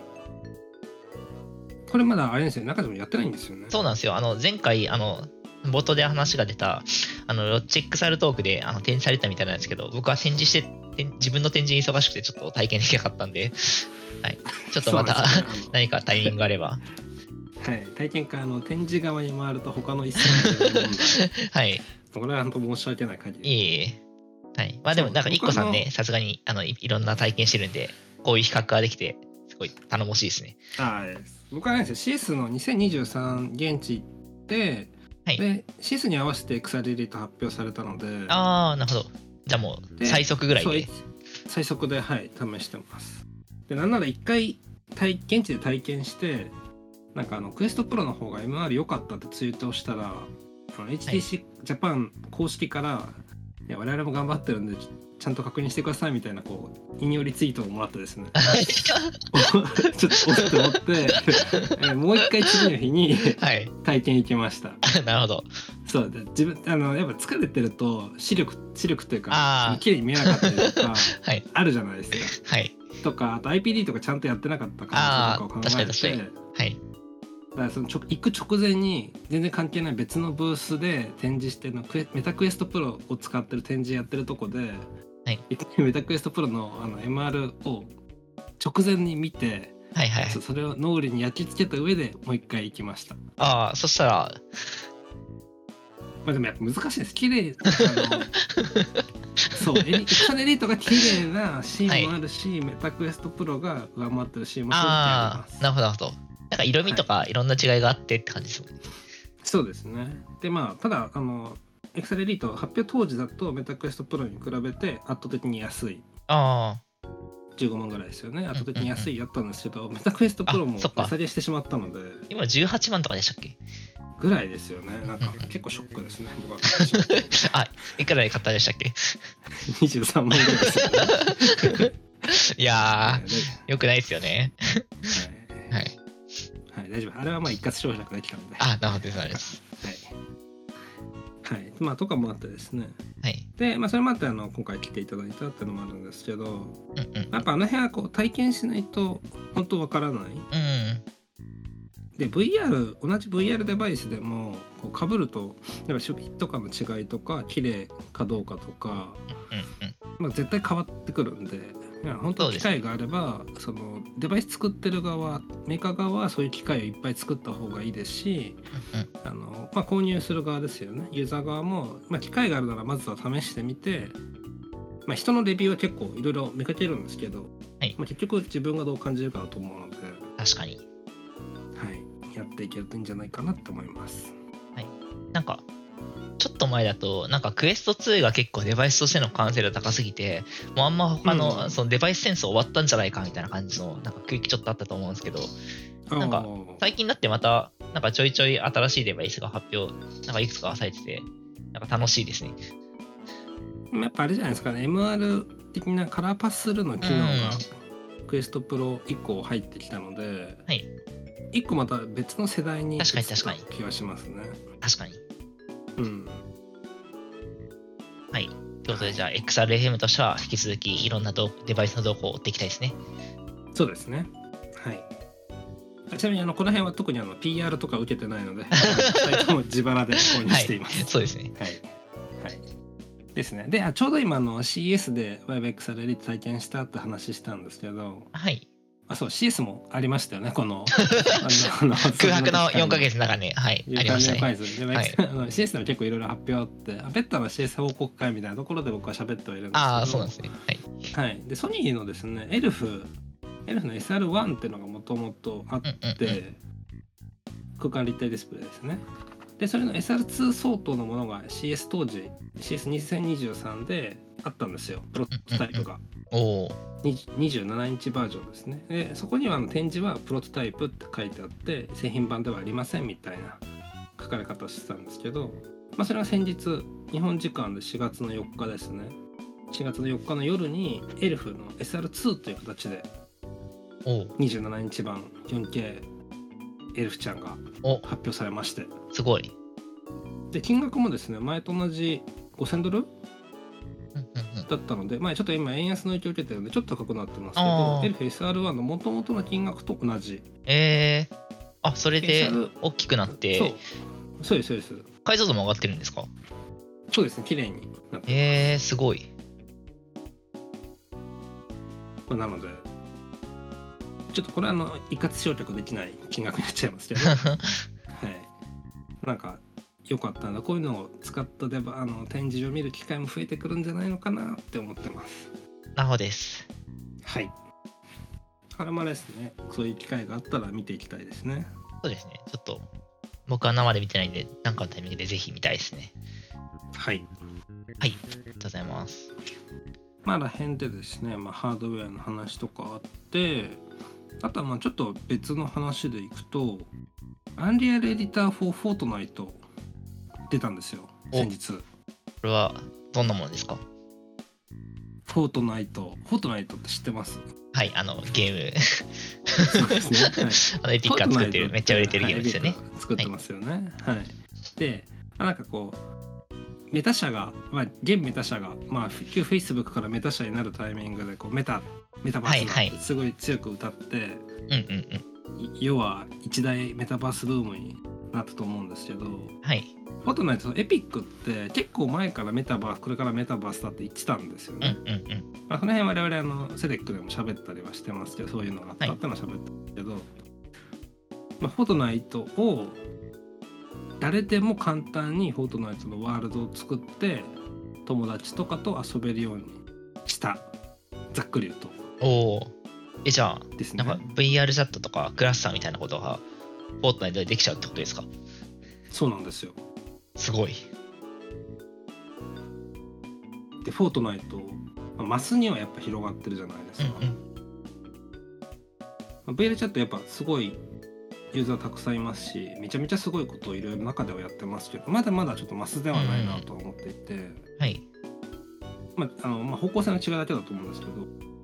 Speaker 2: これまだあれですよね中でもやってないんですよね
Speaker 1: そうなんですよ。あの前回あの冒頭で話が出たあのロッチックサルトークであの展示されたみたいなんですけど、僕は展示してて自分の展示に忙しくてちょっと体験できなかったんで、 はい、ちょっとまた、
Speaker 2: そうなんですよねあの
Speaker 1: 何かタイミングがあれば、
Speaker 2: はい、体験会あの展示側に回ると他の一切の問題
Speaker 1: はい、
Speaker 2: これは本当申し訳ない限
Speaker 1: い
Speaker 2: り
Speaker 1: えいえはい。まあでも、なんか、
Speaker 2: そう
Speaker 1: 一個さん
Speaker 2: 僕
Speaker 1: ね、さすがに、あの、いいろんな体験してるんで、こういう比較ができて、すごい頼もしいですね。
Speaker 2: あー僕はねシースの2023現地行って、
Speaker 1: はい
Speaker 2: でシースに合わせてエクサリリート発表されたので
Speaker 1: ああ、なるほど。じゃあもう、
Speaker 2: で
Speaker 1: 最速ぐらい
Speaker 2: そう
Speaker 1: で
Speaker 2: い。最速ではい試してますでなんなら1回体現地で体験してなんかあのクエストプロの方が MR 良かったってツイートをしたらあの HTC ジャパン公式から、い、や我々も頑張ってるんでちちゃんと確認してくださいみたいなこう引用リツイートをもらって ですね ちょっとおっと思ってえもう一回次の日に
Speaker 1: はい。
Speaker 2: 体験行きました
Speaker 1: なるほど。
Speaker 2: そうで自分あのやっぱ疲れてると視力視力という
Speaker 1: あ
Speaker 2: か
Speaker 1: ー
Speaker 2: 綺麗に見えなかったりとか
Speaker 1: はい。
Speaker 2: あるじゃないですか
Speaker 1: はい。
Speaker 2: とかあと IPD とかちゃんとやってなかった感じとかを考え
Speaker 1: あー確か
Speaker 2: て
Speaker 1: に
Speaker 2: だ
Speaker 1: はい。
Speaker 2: からその直行く直前に全然関係ない別のブースで展示してるのクエメタクエストプロを使ってる展示やってるとこで、
Speaker 1: はい
Speaker 2: メタクエストプロのあの MR を直前に見て
Speaker 1: はいはいはい
Speaker 2: そ。それを脳裏に焼き付けた上でもう一回行きました。
Speaker 1: ああ、そしたら、
Speaker 2: まあでもやっぱ難しいです。綺麗あ のそうエリエクサネリートが綺麗なシーンもあるし、メタクエストプロが上回ってるシーンもすごくあり
Speaker 1: あ
Speaker 2: ま
Speaker 1: あ、
Speaker 2: す
Speaker 1: な。るほど、なるほど。なんか色味とかいろんな違いがあってって感じですもんね。
Speaker 2: そうですね。でまあただあのエクサレリート発表当時だとメタクエストプロに比べて圧倒的に安い
Speaker 1: あ
Speaker 2: 15万ぐらいですよね圧倒的に安いやったんですけど、メタクエストプロも
Speaker 1: あ
Speaker 2: 値
Speaker 1: そっか
Speaker 2: 下げしてしまったので
Speaker 1: あ、今18万とかでしたっけ
Speaker 2: ぐらいですよねなんか
Speaker 1: うんうん
Speaker 2: 結構ショックですね僕は23
Speaker 1: あ、いくらで買ったでしたっ け
Speaker 2: 万ぐらいですよね
Speaker 1: いや
Speaker 2: ね
Speaker 1: ー、よくないですよね。
Speaker 2: は
Speaker 1: は
Speaker 2: い
Speaker 1: い。
Speaker 2: はい、大丈夫あれはまあ一括消費なくできたので
Speaker 1: あ、なるほどです、なるほどです。
Speaker 2: はい、はい、まあとかもあってですね
Speaker 1: はい。
Speaker 2: で、まあ、それもあってあの今回来ていただいたっていうのもあるんですけど
Speaker 1: うんうん。
Speaker 2: やっぱあの辺はこう体験しないと本当わからない
Speaker 1: うん。
Speaker 2: で VR 同じ VR デバイスでもかぶるとやっぱ初期とかの違いとか綺麗かどうかとか、
Speaker 1: うんうん。
Speaker 2: まあ、絶対変わってくるんでいや本当
Speaker 1: そう
Speaker 2: 機
Speaker 1: ですね
Speaker 2: 会があればそ、のデバイス作ってる側メーカー側はそういう機会をいっぱい作った方がいいですし
Speaker 1: うんうん。
Speaker 2: あの、まあ、購入する側ですよねユーザー側も、まあ、機会があるならまずは試してみて、まあ、人のレビューは結構いろいろ見かけるんですけど、
Speaker 1: はい
Speaker 2: まあ、結局自分がどう感じるかだと思うので。
Speaker 1: 確かに。
Speaker 2: はい、やっていけるといいんじゃないかなと思います。
Speaker 1: なんか、ちょっと前だと、なんかクエスト2が結構デバイスとしての完成度高すぎて、もうあんま他の,、
Speaker 2: うん
Speaker 1: そのデバイス戦争終わったんじゃないかみたいな感じの、なんか空気ちょっとあったと思うんですけど、なんか
Speaker 2: あー
Speaker 1: 最近だってまた、なんかちょいちょい新しいデバイスが発表、なんかいくつかされてて、なんか楽しいですね。
Speaker 2: やっぱあれじゃないですかね MR 的なカラーパスするの機能が、クエストプロ1個入ってきたので、
Speaker 1: はい
Speaker 2: 1個また別の世代に
Speaker 1: 確かに
Speaker 2: 移った
Speaker 1: 確
Speaker 2: 気がしますね。
Speaker 1: 確かに。
Speaker 2: うん、
Speaker 1: はい。ということで、じゃあ XRFM としては引き続きいろんなどデバイスの動向を追っていきたいですね。
Speaker 2: そうですね。はいあちなみにあのこの辺は特にあの PR とか受けてない ので二人とも自腹で購入しています。
Speaker 1: そうですね。
Speaker 2: はい。はい。ですね。で、あちょうど今あの CS で WebX サレリート体験したって話したんですけど、
Speaker 1: はい。
Speaker 2: あそう CS もありましたよね、このあのあの
Speaker 1: 空白の4ヶ月の中で、はい、ありましたね。
Speaker 2: ね。で
Speaker 1: はい
Speaker 2: WebX あの CS でも結構いろいろ発表あって、あベッドの CS 報告会みたいなところで僕は喋ってはいるんですけど、
Speaker 1: ああ、そうなんですね。はい。
Speaker 2: はい。で、ソニーのですね、エルフ、エルフの SR1 っていうのがもともとあっ
Speaker 1: うんうんうん。
Speaker 2: で空間立体ディスプレイですねでそれの SR2 相当のものが CS 当時 CS2023 であったんですよプロトタイプが
Speaker 1: おお。
Speaker 2: 20 27インチバージョンですねでそこにはあの展示はプロトタイプって書いてあって製品版ではありませんみたいな書かれ方してたんですけど、まあ、それが先日日本時間で4月の4日ですね4月の4日の夜にエルフの SR2 という形で
Speaker 1: おう
Speaker 2: 27インチ版 4K エルフちゃんが
Speaker 1: お
Speaker 2: 発表されまして
Speaker 1: すごい。
Speaker 2: で金額もですね前と同じ5000ドル
Speaker 1: うんうんうん
Speaker 2: だったので、まあ、ちょっと今円安の影響を受けてるのでちょっと高くなってますけ
Speaker 1: あ
Speaker 2: ど
Speaker 1: ー
Speaker 2: エルフ SR1 の元々の金額と同じ
Speaker 1: えー、あそれで
Speaker 2: SR
Speaker 1: 大きくなっ
Speaker 2: そう
Speaker 1: て、
Speaker 2: そうですそうです
Speaker 1: 解像度も上がってるんですか
Speaker 2: そうですね綺麗になって
Speaker 1: えー、すごい。
Speaker 2: まあなのでちょっとこれはあ の一括償却できない金額になっちゃいますけどはいなんか良かったんだこういうのを使ったデバあの展示を見る機会も増えてくるんじゃないのかなって思ってます
Speaker 1: なほです。
Speaker 2: はいハルマですねそういう機会があったら見ていきたいですね
Speaker 1: そうですね。ちょっと、僕は生で見てないんで、なんかのタイミングでぜひ見たいですね。
Speaker 2: はい
Speaker 1: はい。ありがとうございます。
Speaker 2: まあら辺でですね、まあ、ハードウェアの話とかあってあとはまあちょっと別の話でいくとアンリアルエディター4フォートナイト出たんですよ
Speaker 1: お
Speaker 2: 先日
Speaker 1: これは、どんなものですか
Speaker 2: フォートナイトフォートナイトって知ってます
Speaker 1: はい、あの、ゲーム、
Speaker 2: そうですね、はい
Speaker 1: あの、エピックが作ってる、めっちゃ売れてるゲームですよね
Speaker 2: はい。エピックが作ってますよね。はい。で、まあなんかこう、メタ社が、まあ、現メタ社が、まあ、旧 Facebook からメタ社になるタイミングで、こう、メタ、メタバース
Speaker 1: はいは
Speaker 2: がすごい強く歌って、
Speaker 1: うんうんう
Speaker 2: い要は一大メタバースブームになったと思うんですけど、
Speaker 1: ん。はい。
Speaker 2: フォートナイトのエピックって結構前からメタバース、これからメタバースだって言ってたんですよ
Speaker 1: うん
Speaker 2: ね。
Speaker 1: うんうん。
Speaker 2: まあ、その辺我々あのセレックでも喋ったりはしてますけどそういうのがあったってのは喋ったけど、まあ、フォートナイトを誰でも簡単にフォートナイトのワールドを作って友達とかと遊べるようにしたざっくり言うと
Speaker 1: おお。え、じゃあ、
Speaker 2: ですね
Speaker 1: なんか VR チャットとかクラスターみたいなことが、フォートナイトでできちゃうってことですか
Speaker 2: そうなんですよ
Speaker 1: すごい。
Speaker 2: でフォートナイト、まあ、マスにはやっぱ広がってるじゃないです
Speaker 1: う
Speaker 2: か、
Speaker 1: んうん。
Speaker 2: まあ、VL チャットやっぱすごいユーザーたくさんいますしめちゃめちゃすごいことをいろいろ中ではやってますけどまだまだちょっとマスではないなとは思っていて、
Speaker 1: はい。
Speaker 2: まああのまあ、方向性の違いだけだと思うんですけど、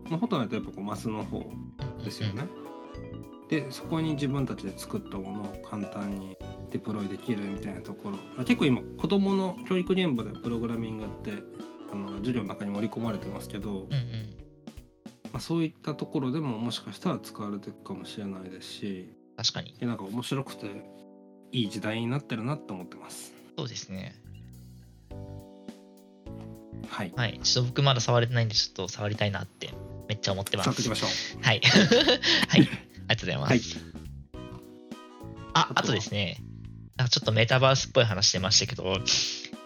Speaker 2: まあ、ほとんどやっぱこうマスの方ですよね。でそこに自分たちで作ったものを簡単にデプロイできるみたいなところ、まあ、結構今子どもの教育現場でプログラミングってあの授業の中に盛り込まれてますけど、
Speaker 1: うんうん。
Speaker 2: まあ、そういったところでももしかしたら使われていくかもしれないですし
Speaker 1: 確かに。
Speaker 2: でなんか面白くていい時代になってるなと思ってます。
Speaker 1: そうですね。
Speaker 2: はい、
Speaker 1: はい。ちょっと僕まだ触れてないんで、ちょっと触りたいなって、めっちゃ思ってます
Speaker 2: 使っていき。ましょう。
Speaker 1: はい。 はい。ありがとうございます。
Speaker 2: はい
Speaker 1: あ、
Speaker 2: あとは
Speaker 1: あとですね、あちょっとメタバースっぽい話してましたけど、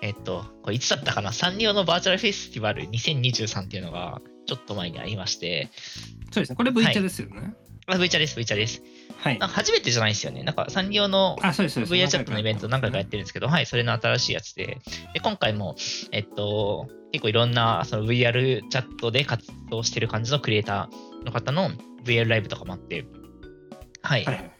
Speaker 1: えっと、これいつだったかな、サンリオのバーチャルフェスティバル2023っていうのが、ちょっと前にありまして、
Speaker 2: そうですねこれ V チャですよね。
Speaker 1: あ、V チャです、V チャです。
Speaker 2: はい、
Speaker 1: なんか初めてじゃないんですよね。なんかサンリオの
Speaker 2: あそうですそうです
Speaker 1: VR チャットのイベント何回かやってるんですけど、はい、それの新しいやつで、で今回も、えっと、結構いろんなその VR チャットで活動してる感じのクリエイターの方の VR ライブとかもあって、はい
Speaker 2: は。いはい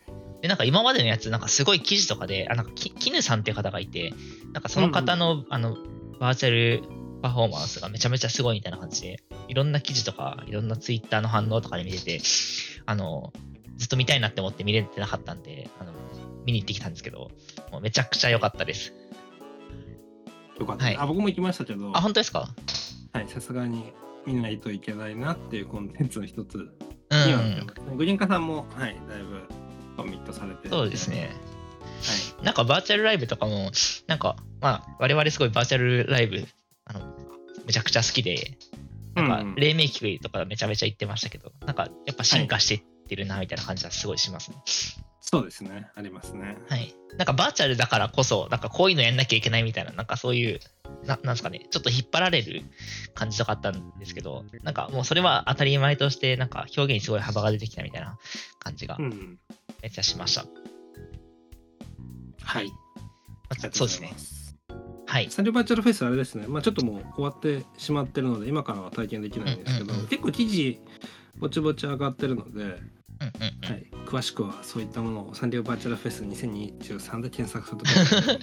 Speaker 1: で、なんか今までのやつ、なんかすごい記事とかで、あ、なんかき絹さんっていう方がいて、なんかその方の、あの、バーチャルパフォーマンスがめちゃめちゃすごいみたいな感じで、いろんな記事とか、いろんなツイッターの反応とかで見てて、あの、ずっと見たいなって思って見れてなかったんで、あの、見に行ってきたんですけど、もうめちゃくちゃ良かったです。
Speaker 2: よかった、
Speaker 1: はい
Speaker 2: あ僕も行きましたけど
Speaker 1: あ、本当ですか
Speaker 2: はいさすがに見ないといけないなっていうコンテンツの一つに
Speaker 1: う
Speaker 2: はなって
Speaker 1: ん。
Speaker 2: ますね、グリーンカさんもはいだいぶコミットされて
Speaker 1: そうですね。
Speaker 2: は
Speaker 1: なんかバーチャルライブとかも、なんか、まあ、我々すごいバーチャルライブ、あの、めちゃくちゃ好きで、
Speaker 2: い
Speaker 1: な
Speaker 2: うんん
Speaker 1: か、黎明期とかめちゃめちゃ言ってましたけど、なんか、やっぱ進化していってるな、みたいな感じはすごいしますね。
Speaker 2: そうですねありますね
Speaker 1: はい。なんか、バーチャルだからこそ、なんか、こういうのやんなきゃいけないみたいな、なんかそういう、ななんですかね、ちょっと引っ張られる感じとかあったんですけど、なんか、もうそれは当たり前として、なんか、表現にすごい幅が出てきたみたいな感じが
Speaker 2: う、ん
Speaker 1: めっちゃしました。
Speaker 2: はい
Speaker 1: まあそうですね。はい。
Speaker 2: サンリオバーチャルフェスあれですね、まあ、ちょっともう終わってしまってるので今からは体験できないんですけ
Speaker 1: うん
Speaker 2: ど、
Speaker 1: うんうん
Speaker 2: 結構記事ぼちぼち上がってるので、
Speaker 1: うんうんうん。
Speaker 2: はい、詳しくはそういったものをサンリオバーチャルフェス2023で検索するとか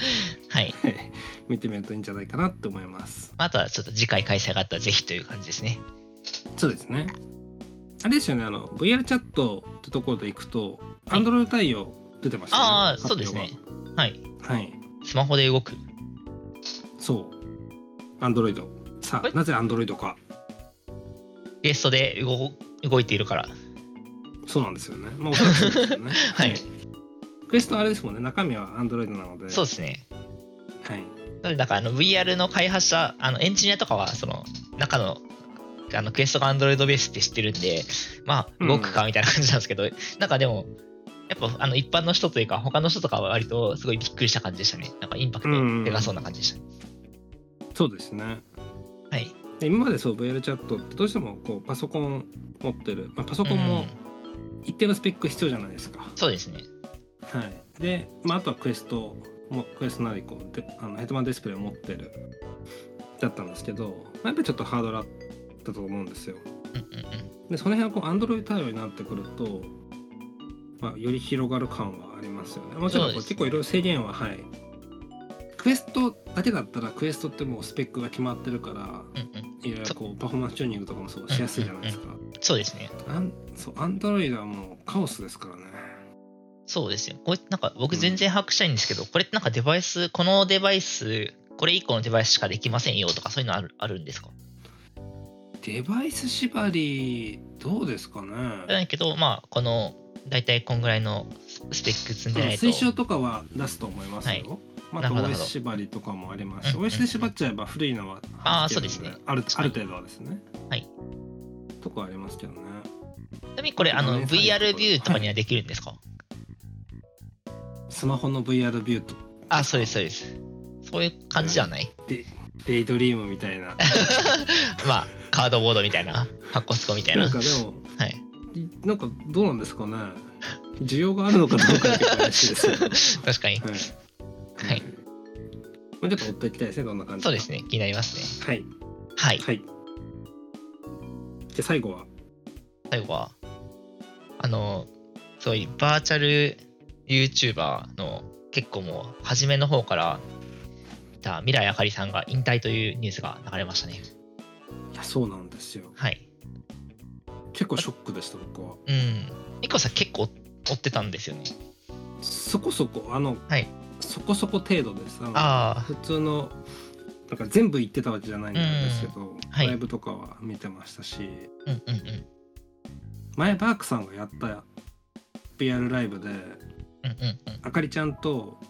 Speaker 1: はい。
Speaker 2: 見てみるといいんじゃないかなと思います
Speaker 1: まああとは、ちょっと次回開催があったら、ぜひという感じですね。
Speaker 2: そうですね。あれですよね、あの VR チャットってところでいくと、
Speaker 1: はい
Speaker 2: Android 対応出てましたね。
Speaker 1: ああ、
Speaker 2: 発
Speaker 1: そう
Speaker 2: 表
Speaker 1: で
Speaker 2: が
Speaker 1: すね。。はい。
Speaker 2: はい、
Speaker 1: スマホで動く。
Speaker 2: そう。Android。さ
Speaker 1: は
Speaker 2: あ、
Speaker 1: い
Speaker 2: なぜ Android か。
Speaker 1: ゲストで動動いているから。
Speaker 2: そうなんですよね。まあ、おそらくそうですよね。
Speaker 1: はい。
Speaker 2: クエストあれですもんね、中身は Android なので。
Speaker 1: そうですね。
Speaker 2: はい。
Speaker 1: なので、なんかあの VR の開発者、あのエンジニアとかは、その中の、あのクエストが Android ベースって知ってるんで、まあ、動くかみたいな感じなんですけど、なんかでも、やっぱあの一般の人というか、他の人とかは割とすごいびっくりした感じでしたね。なんかインパクトでかそうな感じでしたね。
Speaker 2: そうですね
Speaker 1: はい。
Speaker 2: で今までそう VR チャットってどうしてもこうパソコン持ってる、まあ、パソコン
Speaker 1: う
Speaker 2: も
Speaker 1: ん
Speaker 2: 一定のスペック必要じゃないですか、
Speaker 1: そうですね。
Speaker 2: はいで、まあ、あとはクエストもクエストなりこうであのヘッドマンディスプレイを持ってるだったんですけど、まあやっぱりちょっとハードルあったと思うんですよ
Speaker 1: うんうんうん。
Speaker 2: でその辺はこう Android 対応になってくると、まあ、より広がる感はありますよねもちろんこう
Speaker 1: そうです
Speaker 2: 結構いろいろ制限ははいクエストだけだったらクエストってもうスペックが決まってるから
Speaker 1: うんうん、
Speaker 2: いろいろこうパフォーマンスチューニングとかもそうしやすいじゃないですか。
Speaker 1: そうですね。
Speaker 2: アンそうアンドロイドはもうカオスですからね。
Speaker 1: そうですよ。これなんか僕全然把握したいんですけど、これってなんかデバイス、このデバイス、これ以降のデバイスしかできませんよとか、そういうのあるあるんですか
Speaker 2: デバイス縛りどうですかね。
Speaker 1: だけど、まあ、この、大体こんぐらいのスペック積んでないと。
Speaker 2: 推奨とかは出すと思いますよ。
Speaker 1: はい
Speaker 2: ま
Speaker 1: な
Speaker 2: あ、
Speaker 1: る
Speaker 2: と
Speaker 1: ほどなる
Speaker 2: OS
Speaker 1: ほど
Speaker 2: 縛りとかもありますし、
Speaker 1: うんうんうん
Speaker 2: OS で縛っちゃえば古いのは
Speaker 1: あー
Speaker 2: 弾けるの
Speaker 1: そうですね
Speaker 2: ある
Speaker 1: 確
Speaker 2: あ
Speaker 1: かに
Speaker 2: る程度はですね。
Speaker 1: はい。
Speaker 2: とかありますけどね。
Speaker 1: ちなみにこれ、あの、VR ビューとかにはできるんですか、
Speaker 2: スマホの VR ビューと
Speaker 1: あ、そうです、そうです。そういう感じじゃない、
Speaker 2: デデイドリームみたいな。
Speaker 1: まあ、カードボードみたいな、発行スコみたいな。
Speaker 2: なん
Speaker 1: は
Speaker 2: かでも
Speaker 1: い。
Speaker 2: なんかどうなんですかね。需要があるのかどうかって怪しい ですよね。
Speaker 1: 確かに。
Speaker 2: はい。
Speaker 1: はい。
Speaker 2: まあ、ちょっと追っていきたいですね、どんな感じ
Speaker 1: そうです
Speaker 2: ね。
Speaker 1: ね、気になりますね。
Speaker 2: はい。
Speaker 1: はい。
Speaker 2: はい。じゃあ最後は。
Speaker 1: 最後は、あの、そういうバーチャル YouTuber の結構もう初めの方からいた未来あかりさんが引退というニュースが流れましたね。
Speaker 2: いや、そうなんですよ。
Speaker 1: はい。
Speaker 2: 結構ショックでした、僕は。
Speaker 1: うん。ニコさん結構追ってたんですよね。
Speaker 2: そこそこ、あの、
Speaker 1: はい
Speaker 2: そこそこ程度です。あの
Speaker 1: あ
Speaker 2: 普通の、なんか全部行ってたわけじゃないんですけど、
Speaker 1: はい
Speaker 2: ライブとかは見てましたし、
Speaker 1: あ、うんうんうん。
Speaker 2: 前、バークさんがやった PR ライブ
Speaker 1: う
Speaker 2: で、
Speaker 1: んうんうん。
Speaker 2: あかりちゃんと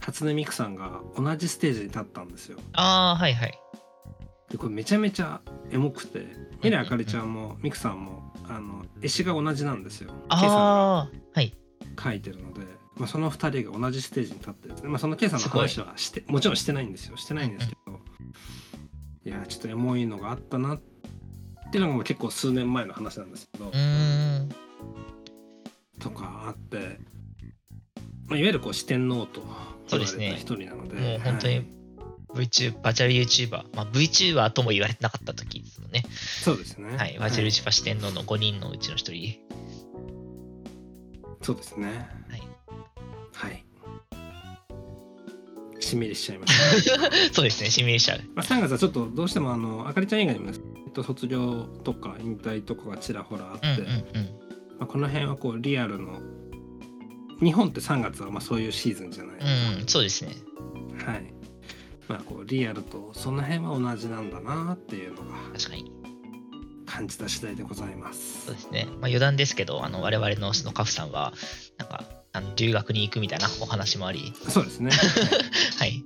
Speaker 2: 初音ミクさんが同じステージに立ったんですよ
Speaker 1: ああ、はいはい。
Speaker 2: でこれめちゃめちゃエモくてミレイあかりちゃんもミクさんもあの絵師が同じなんですよ K さんが
Speaker 1: ああ、はい。
Speaker 2: 描いてるので、まあ、その2人が同じステージに立ってるんですね、まあ、その K さんの話はしてもちろんしてないんですよしてないんですけどいやーちょっとエモいのがあったなっていうのがもう結構数年前の話なんですけど
Speaker 1: うーん。
Speaker 2: とかあって、まあ、いわゆるこう四天王と
Speaker 1: そうで
Speaker 2: 言われ
Speaker 1: す
Speaker 2: た
Speaker 1: ね
Speaker 2: 一人なので
Speaker 1: もう本当
Speaker 2: は
Speaker 1: に
Speaker 2: い
Speaker 1: VTuber、バーチャル YouTuber、まあ、VTuber とも言われてなかった時ですもんね。
Speaker 2: そうですね
Speaker 1: はい。バーチャル YouTuber 四天王の5人のうちの1人。
Speaker 2: そうですね。
Speaker 1: はい。
Speaker 2: はい。しんみりしちゃいま した。
Speaker 1: そうですね、シミュレーション。
Speaker 2: まあ、3月はちょっとどうしてもあのあかりちゃん以外にも、えっと、卒業とか引退とかがちらほらあって、
Speaker 1: うんうんうん。
Speaker 2: まあ、この辺はこうリアルの日本って3月はまあそういうシーズンじゃない、
Speaker 1: うん、そうですね。
Speaker 2: はい。まあこうリアルとその辺は同じなんだなっていうのが
Speaker 1: 確かに。
Speaker 2: 感じた次第でございま
Speaker 1: そ
Speaker 2: す
Speaker 1: う。ですね。まあ、余談ですけど、あの我々のそのカフさんは、なんか、あの留学に行くみたいなお話もあり、
Speaker 2: そうですね。は
Speaker 1: は
Speaker 2: い
Speaker 1: い。い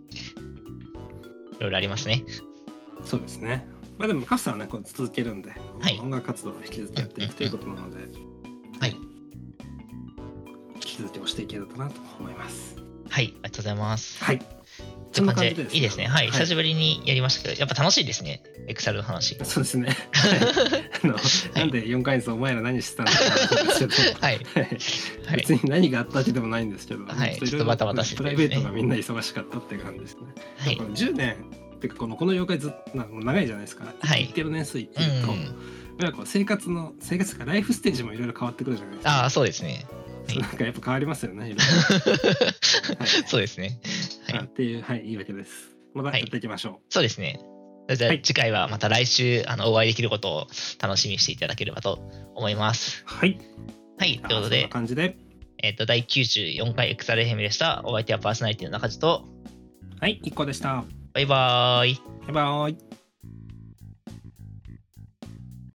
Speaker 1: ろいろありますね。
Speaker 2: そうですね。まあでもカフさんはねこう続けるんで、
Speaker 1: い
Speaker 2: 音楽活動を引き続きやっていくということなので、
Speaker 1: はい。
Speaker 2: 引き続き押していけるとなと思います。
Speaker 1: はい、ありがとうございます。
Speaker 2: はい。
Speaker 1: という感じで、いいですね。はい、久し
Speaker 2: ぶ
Speaker 1: ぶりにやりましたけど、やっぱ楽しいですね、エクサルの話。
Speaker 2: り。 そうですね。はいあの、なんで4ヶ月お前ら何してたんだって話ですけど。
Speaker 1: はい、
Speaker 2: はい
Speaker 1: はい
Speaker 2: 別、に何があったわけでもないんですけど、
Speaker 1: はい
Speaker 2: ろろ
Speaker 1: ちょっとバタバタしてて
Speaker 2: プライベートがみんな忙しかったっていう感じですね。
Speaker 1: はい
Speaker 2: こ。の10年ってかこのこの4ヶ月なんかもう長いじゃないですか。
Speaker 1: はい
Speaker 2: 行ってる年数いって
Speaker 1: う
Speaker 2: る
Speaker 1: ん、
Speaker 2: と、やっぱりこう生活の生活がライフステージもいろいろ変わってくるじゃないですか。
Speaker 1: ああ、そうですね。はい
Speaker 2: なんかやっぱ変わりますよね。いろいろはい
Speaker 1: そうですね。はい
Speaker 2: あっていうはいいいわけです。またやっていきましょう。
Speaker 1: そうですね。じゃあ
Speaker 2: はい
Speaker 1: 次回はまた来週あのお会いできることを楽しみにしていただければと思います。
Speaker 2: はい。
Speaker 1: はい、ということ
Speaker 2: そんな
Speaker 1: で、
Speaker 2: 感じで。
Speaker 1: えっと第94回エクサルヘムでした。お相手はパーソナリティの中地と、
Speaker 2: はい、一個でした。
Speaker 1: バイバーイ。
Speaker 2: バイバイ。